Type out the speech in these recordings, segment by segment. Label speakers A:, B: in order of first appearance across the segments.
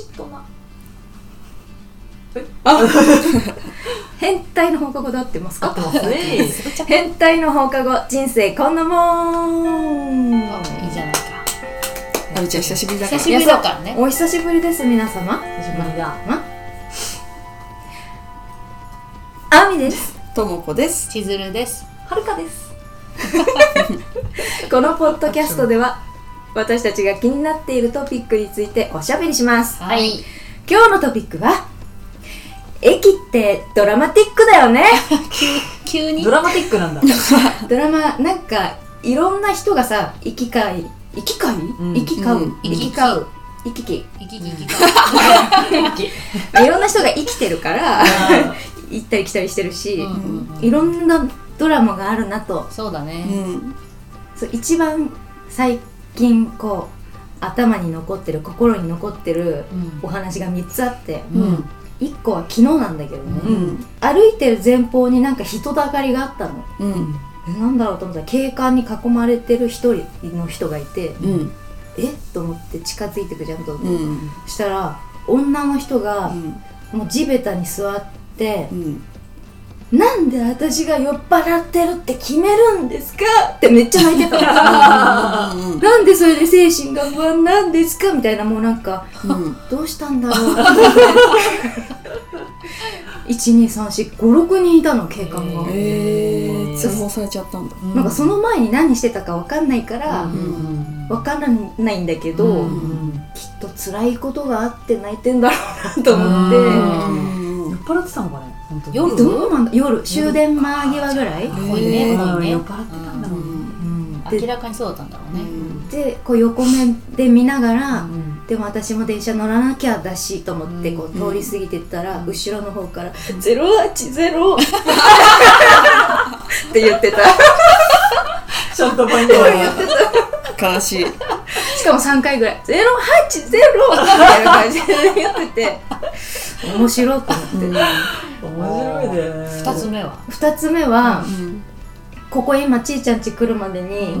A: 変態の放課後だってます
B: 合
A: か
B: ってますね。
A: 変態の放課後人生こんなもん
C: いいじゃないか
B: あるちゃん久しぶりだか
C: 久
B: ら。
C: しぶりだからね
A: お久しぶりです皆様
B: 久しぶりだ。
A: あみです
B: ともこです。
C: 千鶴です
A: はるかです このポッドキャストでは私たちが気になっているトピックについておしゃべりします
C: はい
A: 今日のトピックは駅ってドラマティックだよね
C: 急に
B: ドラマティックなんだ。
A: ドラマなんかいろんな人がさ行き交い行き交い、
B: うん
A: 行き交う
B: うん
A: 行き交う行き来
C: 生き生き
A: いろんな人が生きてるから行ったり来たりしてるし、いろんなドラマがあるなと
C: そうだ
B: う
C: ね
B: ん。
A: そう一番最近こう頭に残ってる心に残ってる
C: うん
A: お話が3つあって、
C: うん
A: 1個は昨日なんだけどね、
B: うん。
A: 歩いてる前方になんか人だかりがあったの
B: うん。
A: えなんだろうと思ったら警官に囲まれてる一人の人がいて
B: うん。
A: えっと思って近づいてくじゃんと、
B: うん。
A: したら女の人
B: う
A: が
B: ん。
A: もう地べたに座って
B: う、ん。
A: なんで私が酔っ払ってるって決めるんですかってめっちゃ泣いてた なんでそれで精神が不安なんですかみたいなもうなんかどうしたんだろう ?12345,6 人いたの警官が、
C: へ
B: ええ。通報されちゃったんだ。
A: なんかその前に何してたかわかんないから、わからないんだけど、
C: う
A: きっと辛いことがあって泣いてんだろうなと思って、
B: うん。
D: 酔っ払ってたのかね本当に
C: 夜
A: どうなんだ夜終電間際ぐらい、
C: 濃いね
D: うん
C: 濃いね
D: 酔っ払ってたんだろうね
A: うん
C: 明
A: で
C: らかにそうだったんだろうね
A: でこう横目で見ながら、
D: うん
A: でも私も電車乗らなきゃだしと思ってこう
B: うん
A: 通り過ぎてったら、
C: うん
A: 後ろの方から「ゼロ八ゼロ」って言ってた
D: ちゃんとポイントが
B: 悲しい。
A: しかも3回ぐらい「ゼロ八ゼロ」みたいな感じで言ってて面白いと思って、
D: 面白いね
C: 二つ目は
A: 2つ目は、ここ今ちーちゃん家来るまでに、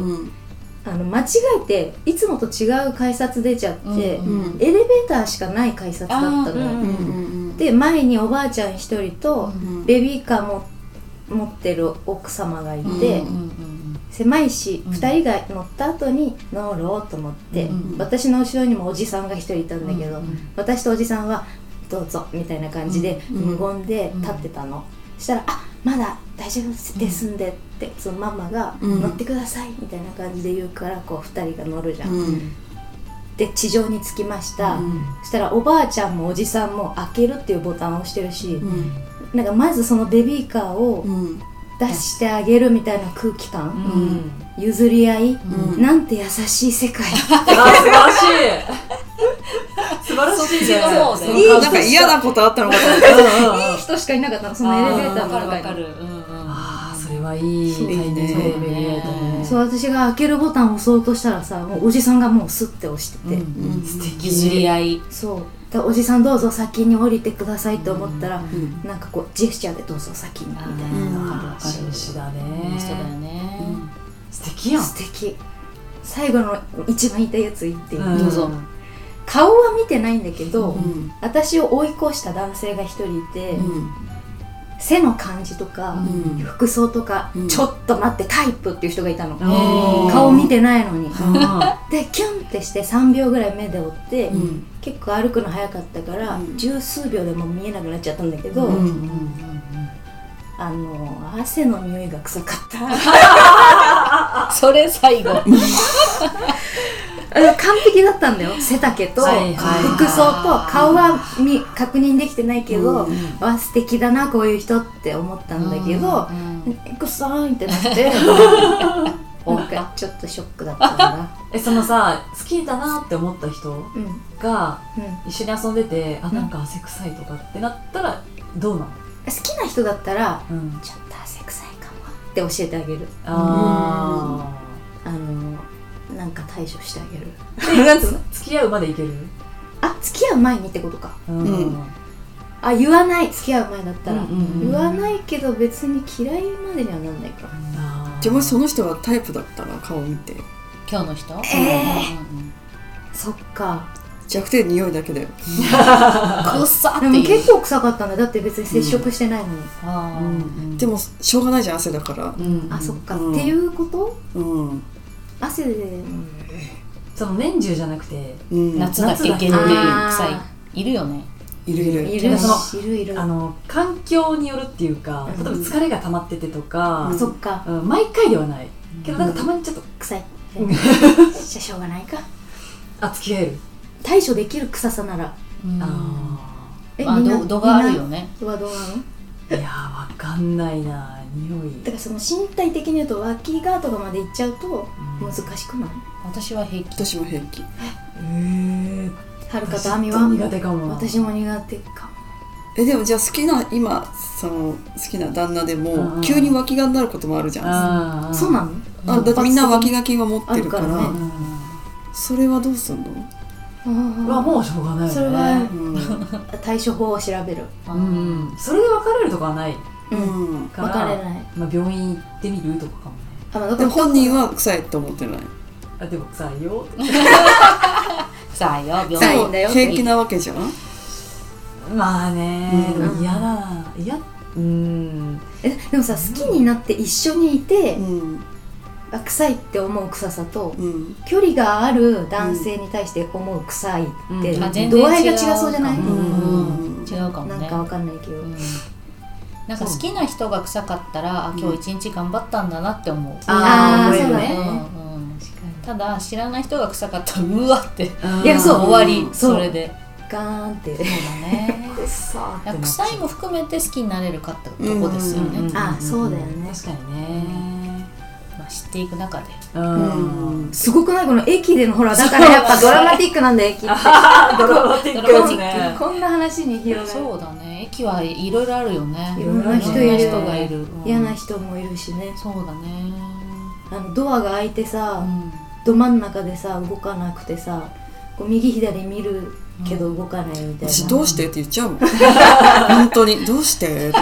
A: あの間違えていつもと違う改札出ちゃって、
C: うんうん
A: エレベーターしかない改札だったのよ、
C: あーうん
A: で前におばあちゃん一人と、
B: で、
A: ベビーカーも持ってる奥様がいて、
B: うん
C: うんうん
A: 狭いし、
C: うん
A: 2人が乗った後に乗ろうと思って、
C: うん
A: 私の後ろにもおじさんが1人いたんだけど、
C: うん
A: 私とおじさんは「どうぞ」みたいな感じで、
B: うん
A: 無言で立ってたの、したら「あまだ大丈夫ですんで」ってそのママが「
B: うん
A: 乗ってください」みたいな感じで言うからこう2人が乗るじゃん、
B: うん。
A: で地上に着きました、そしたらおばあちゃんもおじさんも開けるっていうボタンを押してるし、
B: う
A: なんかまずそのベビーカーを
B: ん。
A: 出してあげるみたいな空気感、
D: うん
A: 譲り合い、
B: うん
A: なんて優しい世 界
D: あ素晴らしい素晴らしいね
C: そっちの方ね
D: いい
B: なんか嫌なことあったのかと思った。
A: いい人しかいなかったのそのエレベーター
C: わか
A: の
C: る
A: 中
C: わ
A: に
C: かるうんうん
D: あーそれはいい
B: そういいね
D: タイミングでそうね
A: そう私が開けるボタンを押そうとしたらさもうおじさんがもうスッて押してて、
B: うん
D: 素敵
C: 譲り合い
A: そうだおじさんどうぞ先に降りてくださいと思ったら、
B: うん
A: なんかこうジェスチャーでどうぞ先にみたい
B: ー
A: な
B: うん
C: わかるわかる
D: 紳士だね
C: いい人だよね
D: 素敵やん
A: 素敵最後の一番言いたいやつ言っていい、
D: ん
C: どうぞ
A: 顔は見てないんだけど、
B: うん
A: 私を追い越した男性が一人いて、
B: うん
A: 背の感じとか、
B: うん
A: 服装とか、
B: うん
A: ちょっと待ってタイプっていう人がいたの、
D: うん
A: 顔見てないのに
D: あ
A: でキュンってして3秒ぐらい目で追って、
B: うん
A: 結構歩くの早かったから、
B: うん
A: 十数秒でもう見えなくなっちゃったんだけど、
B: うん
A: あの汗の匂いが臭かった
C: それ最後
A: あの完璧だったんだよ背丈と
D: はいはいはい
A: 服装と顔は見確認できてないけど、
B: うん
A: わ素敵だなこういう人って思ったんだけど
C: う、ん
A: えくそーんってなってなんかちょっとショックだったんだ、
D: ーえそのさ好きだなって思った人
A: うんうん、
D: が一緒に遊んでてあなんか汗臭いとかってなったらどうなの
A: 好きな人だったら
D: うん
A: ちょっと汗臭いかもって教えてあげる
D: あ
A: あのなんか対処してあげるなんつうの
D: ー付き合うまでいける
A: あ付き合う前にってことか
D: う
B: うん
A: あ言わない付き合う前だったら、
D: うんうんう
A: 言
D: ん
A: わないけど別に嫌いまでにはなんないから
D: あー
B: じゃあもしその人がタイプだったら顔を見て
C: 今日の人
A: え
C: うんうん
A: そっか
B: 弱点匂いだけだよ
C: くっさ
A: で
C: って
A: も
C: いう
A: 結構臭かったんだだって別に接触してないのに、
D: あ
B: でもしょうがないじゃん汗だから
D: うん
A: あそっか、
B: うん
A: っていうこと
B: うん、
A: 汗で、
D: その年中じゃなくて
B: うん、
C: 夏だけ限定
A: 夏だけ
C: 臭いいるよね
B: いるいる
A: い
D: で
A: る
D: もその
A: いるいる
D: あの環境によるっていうか
A: う
D: 例
A: ん
D: えば疲れが溜まっててとか
A: あ、そっか
D: うん毎回ではないけどなんかたまにちょっと
A: 臭いじ
D: うん
A: ゃあしょうがないか
D: あ付き合える
A: 対処できる臭さなら
C: うん
D: あ
A: え
C: まあ
A: みんな
C: 度度があるよね
A: みんなはどうなの
D: ーいやーわかんないな匂い
A: だからその身体的に言うと脇がとかまで行っちゃうと難しくない
C: 私は平気
B: 私も平気
D: え
A: はるかと
D: 私
A: 亜美
D: ちょっと苦
A: は
D: 手かも
A: 私も苦手か
B: えでもじゃあ好きな今その好きな旦那で
D: うんう
B: も
D: ん
B: 急に脇がになることもあるじゃんあ
D: あ
A: も
D: ー
A: そうなの
B: だってみんな脇が筋は持ってるから
A: あるから
D: う
A: ね
D: ん
B: それはどうすんの、
D: うわ
A: あ
D: もうしょうがないよね
A: それは
B: うん
A: あ対処法を調べる
C: あ
D: うんそれで別れるとかはない
B: うん、
D: か
A: 分
D: ら
A: かれない
D: まあ、病院行ってみるとかかもね
A: あまあだか
B: で
A: ら
B: も本人は臭いと思ってない
D: あでもさよ
C: 臭いよ病
A: 臭
C: 院
A: いんだよ
B: 平気なわけじゃん
D: まあね、
B: うん
D: でも嫌だな嫌うん
A: えでもさ好きになって一緒にいて、
B: うん
A: あ臭いって思う臭さと
B: うん
A: 距離がある男性に対して思う臭いって、
D: うん
C: あ全然
A: 度合いが違そうじゃない、
C: う
B: うんん
C: 違うかも
A: な
C: ね
A: んかわかんないけど、
C: うんなんか好きな人が臭かったら、あ今日一日頑張ったんだなって思う。
A: あー
D: ー思える
A: そうだね
C: うんうんただ知らない人が臭かったらうわって
D: うん
A: いやそう
C: 終わり
A: そう
C: それで
A: ガーンって、
C: そうだ ね
D: くっさーってなっちゃう
C: 臭いも含めて好きになれるかってとこですよね、
B: うんうんうん
A: あそうだよね
D: 確かにね
C: まあ、知っていく中で
D: う
B: うん
A: すごくないこの駅でのほらだからやっぱドラマティックなんだよ駅って
D: ドラマティックですね
A: こんな話に広がる
C: そうだね駅はいろいろあるよね
A: いろんな人
C: いろんない
A: る
C: 人がいる、うん
A: 嫌な人もいるしね
C: そうだね
A: あのドアが開いて
C: う
A: さ、
C: ん
A: ど真ん中でさ動かなくてさこう右左見るけど動かないみたい
B: 私
A: な、
B: どうしてって言っちゃう もん本当にどうしてって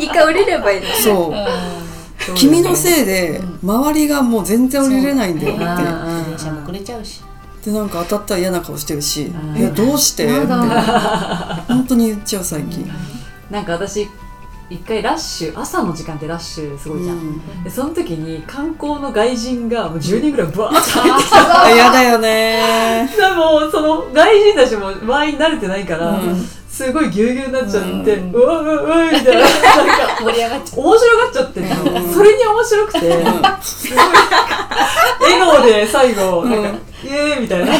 A: 一回降りればいいの
B: そう君のせいで周りがもう全然降りれないんだよ
C: そう
B: って
D: あー
C: 電車もくれちゃうし
B: でなんか当たったら嫌な顔してるし
D: う
B: 「
D: ん
B: えどうして?」
A: な
B: っ
A: ん
B: て
A: だ
B: 本当に言っちゃう最近
D: なんか私一回ラッシュ朝の時間ってラッシュすごいじゃん、
B: うん
D: でその時に観光の外人がもう10人ぐらいバーッて入ってき
B: あ嫌だよね
D: たもうその外人たちも周りに慣れてないから、
B: うん
D: すごいぎゅうぎゅうになっちゃって、
B: う
D: うんわうわうわみたいななんか
C: 盛り上がっちゃ
D: 面白がっちゃってたの
B: うん
D: それに面白くて笑顔で最後なんか、イエーイみたいな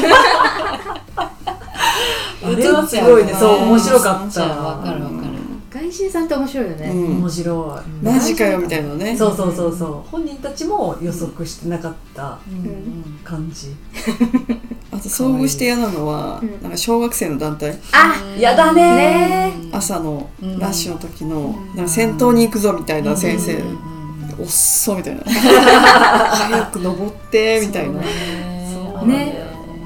D: あれはすごいねそう面白かっ
C: じゃあ
D: た
C: わかるわかる
A: 外人さんって面白いよね、
B: うん
D: 面白い
B: マジかよみたいなね
D: そうそうそうそう本人たちも予測してなかった
C: うんうん
D: 感じ、
B: あと遭遇して嫌なのは
A: うん
B: なんか小学生の団体
A: あ
D: やだね
C: うん
B: 朝の
C: うん
B: ラッシュの時のなんか戦闘に行くぞみたいな先生
C: うんうんうん
B: おっそみたいな早く登ってみたいな
D: そう
A: ね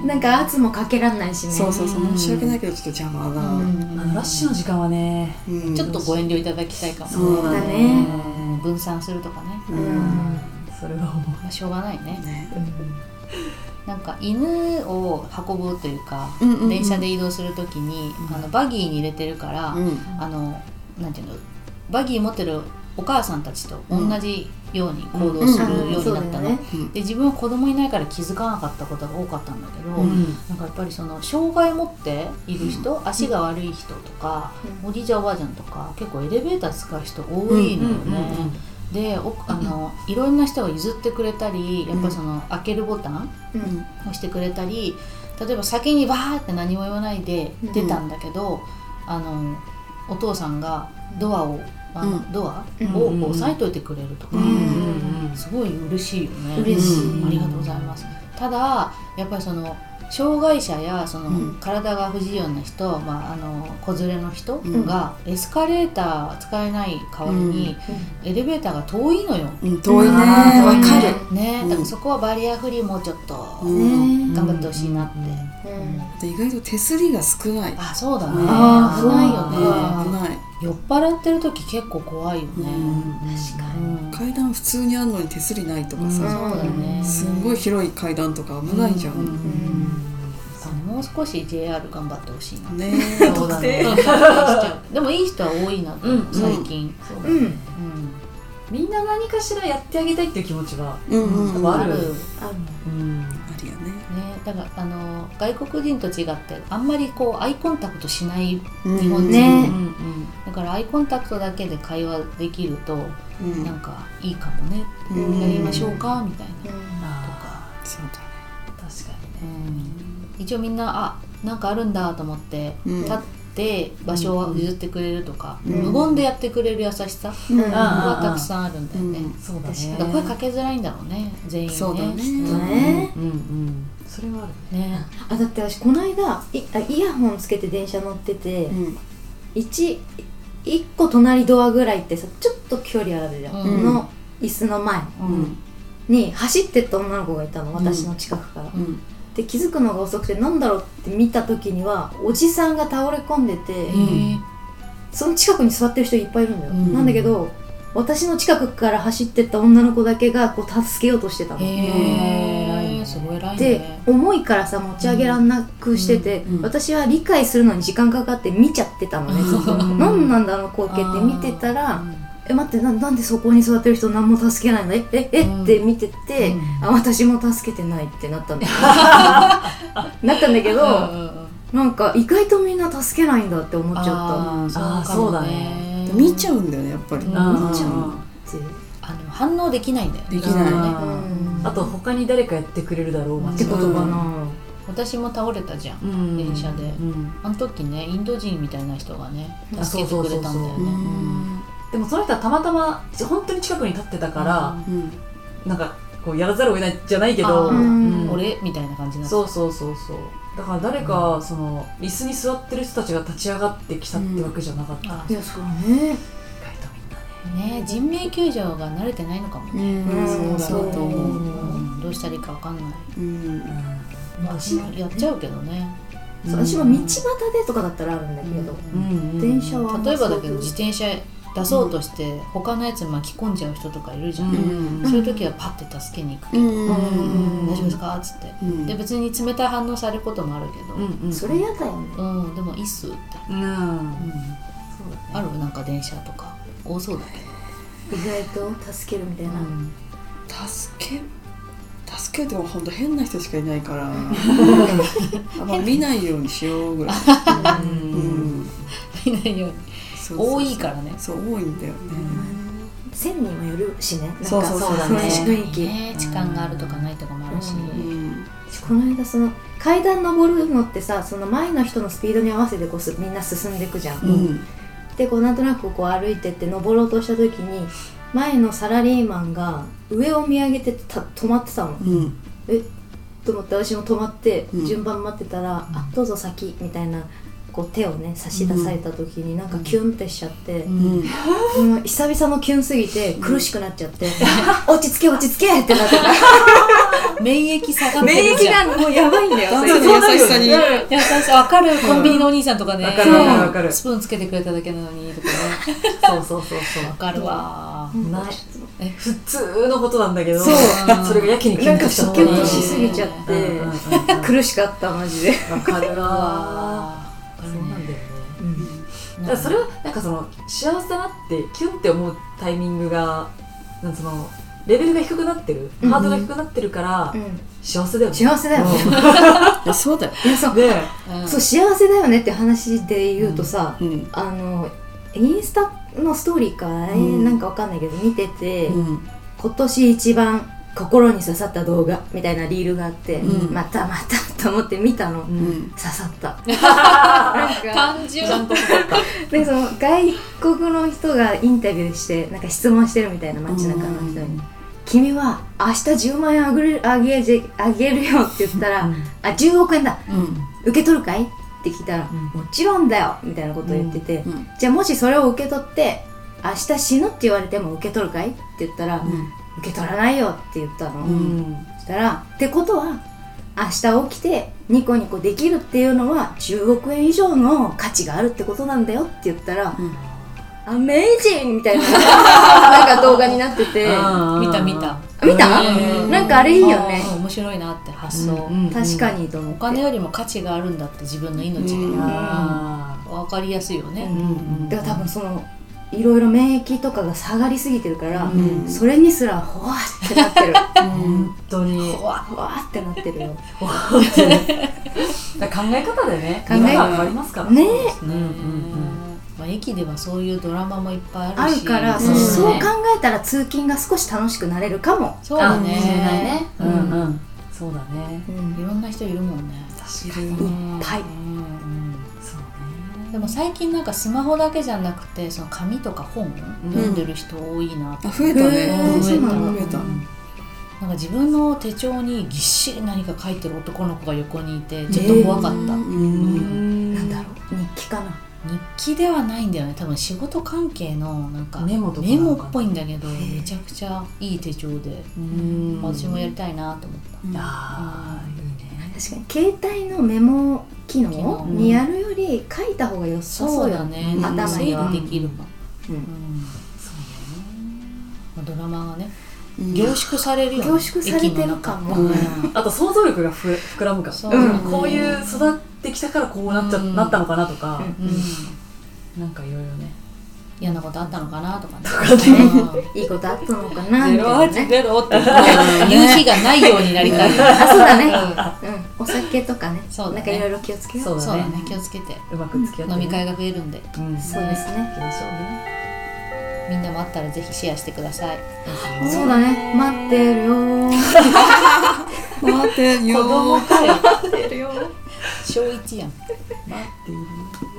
A: なんか圧もかけらんないしね
B: そうそうそううん申し訳ないけどちょっと邪魔だ
C: う
B: な、
D: あ
C: ん
D: のラッシュの時間はね
B: うん
C: ちょっとご遠慮いただきたいかも、
B: そうだ
A: ね
C: うん分散するとかね、
B: う
A: うんん
D: それは思
C: まあ、しょうがないね
B: ね
C: なんか犬を運ぶというか、
B: うんうんうん
C: 電車で移動するときに、あのバギーに入れてるから、
B: うん
C: あのなんていうのバギー持ってるお母さんたちと同じように行動する
A: うん
C: ようにな
A: うんう
C: ったの、
A: んそうだよね
B: うん
C: で自分は子供いないから気づかなかったことが多かったんだけど、
D: う、うん
C: なんかやっぱりその障害持っている人、足が悪い人とか、
A: うん
C: おじいちゃんおばあちゃんとか結構エレベーター使う人多いのよね、でおあの、いろんな人が譲ってくれたりやっぱその、開けるボタン
A: うん
C: 押してくれたり例えば先にわーって何も言わないで出たんだけど、あのお父さんがドアをあの、
B: うん
C: ドア
A: うん
C: をこう押さえといてくれるとか、
B: うん
C: すごい嬉しいよね
A: 嬉しい、
C: うんありがとうございますただやっぱりその障害者やその、
B: うん
C: 体が不自由な人、まあ、あの子連れの人
B: うん
C: がエスカレーター使えない代わりに、エレベーターが遠いのよ。
B: うん遠いね
A: うん
B: わ
A: 遠い
B: か
A: ね
B: る
C: ね、
B: うん
C: だからそこはバリアフリーもうちょっと、
B: うん
A: ね
C: 頑張ってほしいなって、
A: えう
C: うん
A: ん
B: で意外と手すりが少ない
C: あそうだね
A: あー
C: 危ない
A: そう
C: よ
A: な
C: ね
B: 危ない
C: 酔っ払ってる時結構怖いよね、
A: 確か
C: う
A: に
C: ん
B: 階段普通にあるのに手すりないとか
A: うん
B: さ
C: そうだね
B: すごい広い階段とか危ないじゃん
C: う
A: うん
C: あのう少し JR 頑張ってほしいなって
B: ね
D: そ
B: え
D: うだ
C: 思
D: ね
C: ったりしちゃうでもいい人は多いなと思う、
D: うん
C: 最近、
D: そうだ
A: う
D: ね
A: ん
C: うん
D: みんな何かしらやってあげたいっていう気持ちは
B: うんうん
C: あ
B: あ
C: る
B: る
C: ね
A: あ
D: うん
B: やね
C: だからあの外国人と違ってあんまりこうアイコンタクトしない
B: うん
C: 日本人
D: う
A: ね
D: んうん
C: だからアイコンタクトだけで会話できると
B: うん
C: なんかいいかもね、
B: うん
C: やりましょうかみたいな、
A: の
C: と
D: まあ
C: か、
B: そうだね
D: 確か
C: うん、一応みんなあなんかあるんだと思って、
B: うん
C: 立って場所を譲ってくれるとか、
B: うん
C: 無言でやってくれる優しさ
B: うん
A: うん
D: あ
C: がたくさんあるんだよね、
B: うん
D: にそうだ
C: 確
D: ね
C: かに声かけづらいんだろうね全員ね
B: そうだね
A: ね
D: うんうんそれはある
C: ね
A: あだって私この間いあイヤホンつけて電車乗ってて、
B: うん
A: 一一個隣ドアぐらいってさちょっと距離あるじゃん、
C: うん
A: の椅子の前
C: うん
A: に走ってった女の子がいたの私の近くから、
B: うん
A: で気づくのが遅くてなんだろうって見た時にはおじさんが倒れ込んでて、
C: へ
A: その近くに座ってる人いっぱいいるんだよ、
C: うん
A: なんだけど私の近くから走ってった女の子だけがこう助けようとしてたの、
C: えへえすごい偉い
A: で
C: ね
A: 重いからさ持ち上げらんなくしてて、
B: うんうん
A: 私は理解するのに時間かかって見ちゃってたのね、
B: うん
A: そうそう何なんだあの光景って見てたら「え待ってななんでそこに座ってる人何も助けないのえええ
C: うん
A: って見てて、
C: うん
A: あ私も助けてないってなったんだなったんだけど、なんか意外とみんな助けないんだって思っちゃっ
C: っ
D: あーそうだね
B: 見ちゃ
C: う
B: うんだよねやっぱり
C: うん
D: あー
A: 見ちゃうたって
C: あの反応できないんだよね
B: できない
C: ね
D: あー
A: うん
D: あと他に誰かやってくれるだろう
C: うん
A: ってことかな、
C: 私も倒れたじゃん
D: うん
C: 電車で
D: うん
C: あの時ねインド人みたいな人がね
D: あ
C: 助けてくれたんだよ
B: う
C: ね
B: ん
D: でもその人はたまたま本当に近くに立ってたから
B: うん
D: なんかこうやらざるを得ないじゃないけど
C: あー
D: うん
C: 俺みたいな感じになって
D: そうそうそうそうだから誰かその椅子に座ってる人たちが立ち上がってきたってわけじゃなかった意
C: あ
A: いやそうね
D: 外とみんなね
C: ね人命救助が慣れてないのかもね、
B: うんそうだと思う
C: うんどうしたらいいかわかんない
B: うん
C: 私もやっちゃうけどね、
A: そう私も道端でとかだったらあるんだけど、
C: うん
D: うん
A: 電車は
C: 例えばだけど自転車出そうとして他のやつに巻き込んじゃう人とかいるじゃん、
B: うん
C: そういう時はパッて助けに行くけ
B: う
C: ど、
B: ん
D: うん
C: 大丈夫ですかっつって
B: うん
C: で別に冷たい反応されることもあるけど、
D: うんうん
A: それ嫌だよね
C: うんでもいいっすって、
D: うん
C: うん
D: そうだね
C: あるなんか電車とか多そうだけ
A: 意外と助けるみたい
C: ど、
A: な、
B: 助け助けても本当変な人しかいないからあんま見ないようにしようぐらい、
D: う
B: うんん、
C: いないように
B: そうそう
C: 多いからね
B: そう多いんだよね、
A: 千人もよるしねなんか
B: そうそうそうだね
A: 雰囲気、
C: ね時間があるとかないとかもあるし、
A: うん
B: うん
A: この間その階段登るのってさその前の人のスピードに合わせてこうすみんな進んでいくじゃん、
B: うん
A: でこうなんとなくこう歩いてって登ろうとした時に前のサラリーマンが上を見上げてた止まってたの
B: うん
A: と思って私も止まって
B: うん
A: 順番待ってたら「あどうぞ先」みたいなこう手をね差し出された時になんかキュンってしちゃって、
B: うん
A: もう久々のキュンすぎて苦しくなっちゃって 「落ち着け落ち着け!」ってなって
C: 免疫下がってるじゃん
A: がもうやばいん だよ
B: 男性の優しさに
C: いや私わかるコンビニのお兄さんとかね、
D: わかるわかるわかる
C: スプーンつけてくれただけなのにとかね
D: そうそうそうそ
C: わかるわ
A: うん
D: ない普通のことなんだけど
B: そう
D: それがやけに
A: なん
D: 喧嘩
A: か
D: しちゃ
A: 失
D: っ
A: 敬
D: た
A: を
D: ね
A: しすぎちゃって、
D: うんうんうん
A: 苦しかったマジで、
D: わかる
C: う
D: わ
C: わ
D: そうなんだよね
C: ね
D: だからそれはなんかその幸せだなってキュンって思うタイミングがなんかそのレベルが低くなってる
A: うん
D: ハードルが低くなってるから幸せだよね
A: 幸せだよね、
B: いやそうだよ、
A: いやそう
D: で
C: うん
A: そう幸せだよねって話で言うとさ、
B: うん
A: あのインスタのストーリーか、えー
B: うん
A: なんかわかんないけど見てて、
B: うん
A: 今年一番心に刺さった動画みたいなリールがあって、
B: うん
A: またまたと思って見たの、
B: う
A: 刺
B: ん
A: さった
C: 単純
D: ちゃんと分かっ
A: でその外国の人がインタビューしてなんか質問してるみたいな街中の人に、
B: うん
A: 君は明日10万円あげるあげじあげるよ」って言ったら「
D: うん
A: あ10億円だ
B: うん
A: 受け取るかい?」って聞いたら「
D: うん
A: もちろんだよ」みたいなことを言ってて、
B: うん
A: じゃあもしそれを受け取って「明日死ぬ」って言われても受け取るかいって言ったら「受け取らないよ」って言ったの、
D: たう
B: うん
A: そしたら「ってことは明日起きてニコニコできるっていうのは10億円以上の価値があるってことなんだよ」って言ったら「
B: うん
A: アメージン!」みたいななんか動画になってて。
D: あー
C: 見た見た
A: 見た
C: うん
A: なんかあれいいよね
D: うん
C: 面白いなって発想、
A: 確か
B: に
A: にと思っ
C: お
A: て
C: 金よりも価値があるんだって自分の命に、
B: うん
D: あー
C: 分かりやすいよね、
B: うん
A: だから多分そのいろいろ免疫とかが下がりすぎてるから、
B: うん
A: それにすらほわってなってる
B: うん
D: 本当に
C: ほわ
A: ほわってなってるよね
D: だから考え方でね
A: 考え
D: 考えが変わりますから
A: え
D: うんうんうん
C: まあ、駅ではそういうドラマもいっぱいあ
A: あ
C: る
A: る
C: し
A: から、
D: そ
A: そう
D: うですね
A: そう考えたら通勤が少し楽しくなれるかも、
C: そうだね
D: かもしれないね
C: う
D: うんんうんそうだね
A: うん
C: いろんな人いるもんね
D: 確かに
C: うん
A: ぱい
C: うん
D: そう
C: でも最近なんかスマホだけじゃなくてその紙とか本読んでる人多いなって、
B: あ増えた
A: へ
B: ね
A: ーそうなんだ
B: 増えた
C: なんか自分の手帳にぎっしり何か書いてる男の子が横にいてちょっと怖かった、
B: うん
A: なんだろう日記かな
C: 日記ではないんだよね多分仕事関係のなんか
D: メモとか
C: メモっぽいんだけどめちゃくちゃいい手帳で
D: うん
C: 私もやりたいなと思った、
D: あーいいね
A: 確かに携帯のメモ機
C: 機能
A: 能にやるより書いた方が良さ
C: そ
A: そうう
C: だ
A: よ
C: ね
B: うん
C: 頭
A: 頭
C: 整
A: には
C: 理できるか、
A: うん
D: そう
C: まあドラマがね
B: うん
C: 凝縮されるよね
A: 凝縮されてるかも
C: 駅の中
D: ねあと想像力がふ膨らむか
C: そう
D: うんこういう育ってきたからこうなっちゃ
C: うん
D: なったのかなとか
A: うん
C: うん
D: なんかいろいろね
C: 嫌なことあったのかなとかね
A: いいことあったのかな みた
C: ゼロ
A: いな
C: 八
A: ね
C: ゼロって言う日がないようになり たい。
A: あそうだね、うん、お酒とかね
C: そう
A: な
C: だね
A: んかいろいろ気をつけよう
D: そう
C: そうだ
D: だね
C: ね、気をつけて
D: うまく付き合って
C: 飲み
D: ね
C: 会が増えるんで、
D: うん
A: そうですね
D: 行きましょうね
C: みんなもあったらぜひシェアしてください。
A: そうだね待ってるよ
B: 待ってよ
C: 子供かよ。
D: 待ってるよ
C: 小一やん。
D: 待ってるよ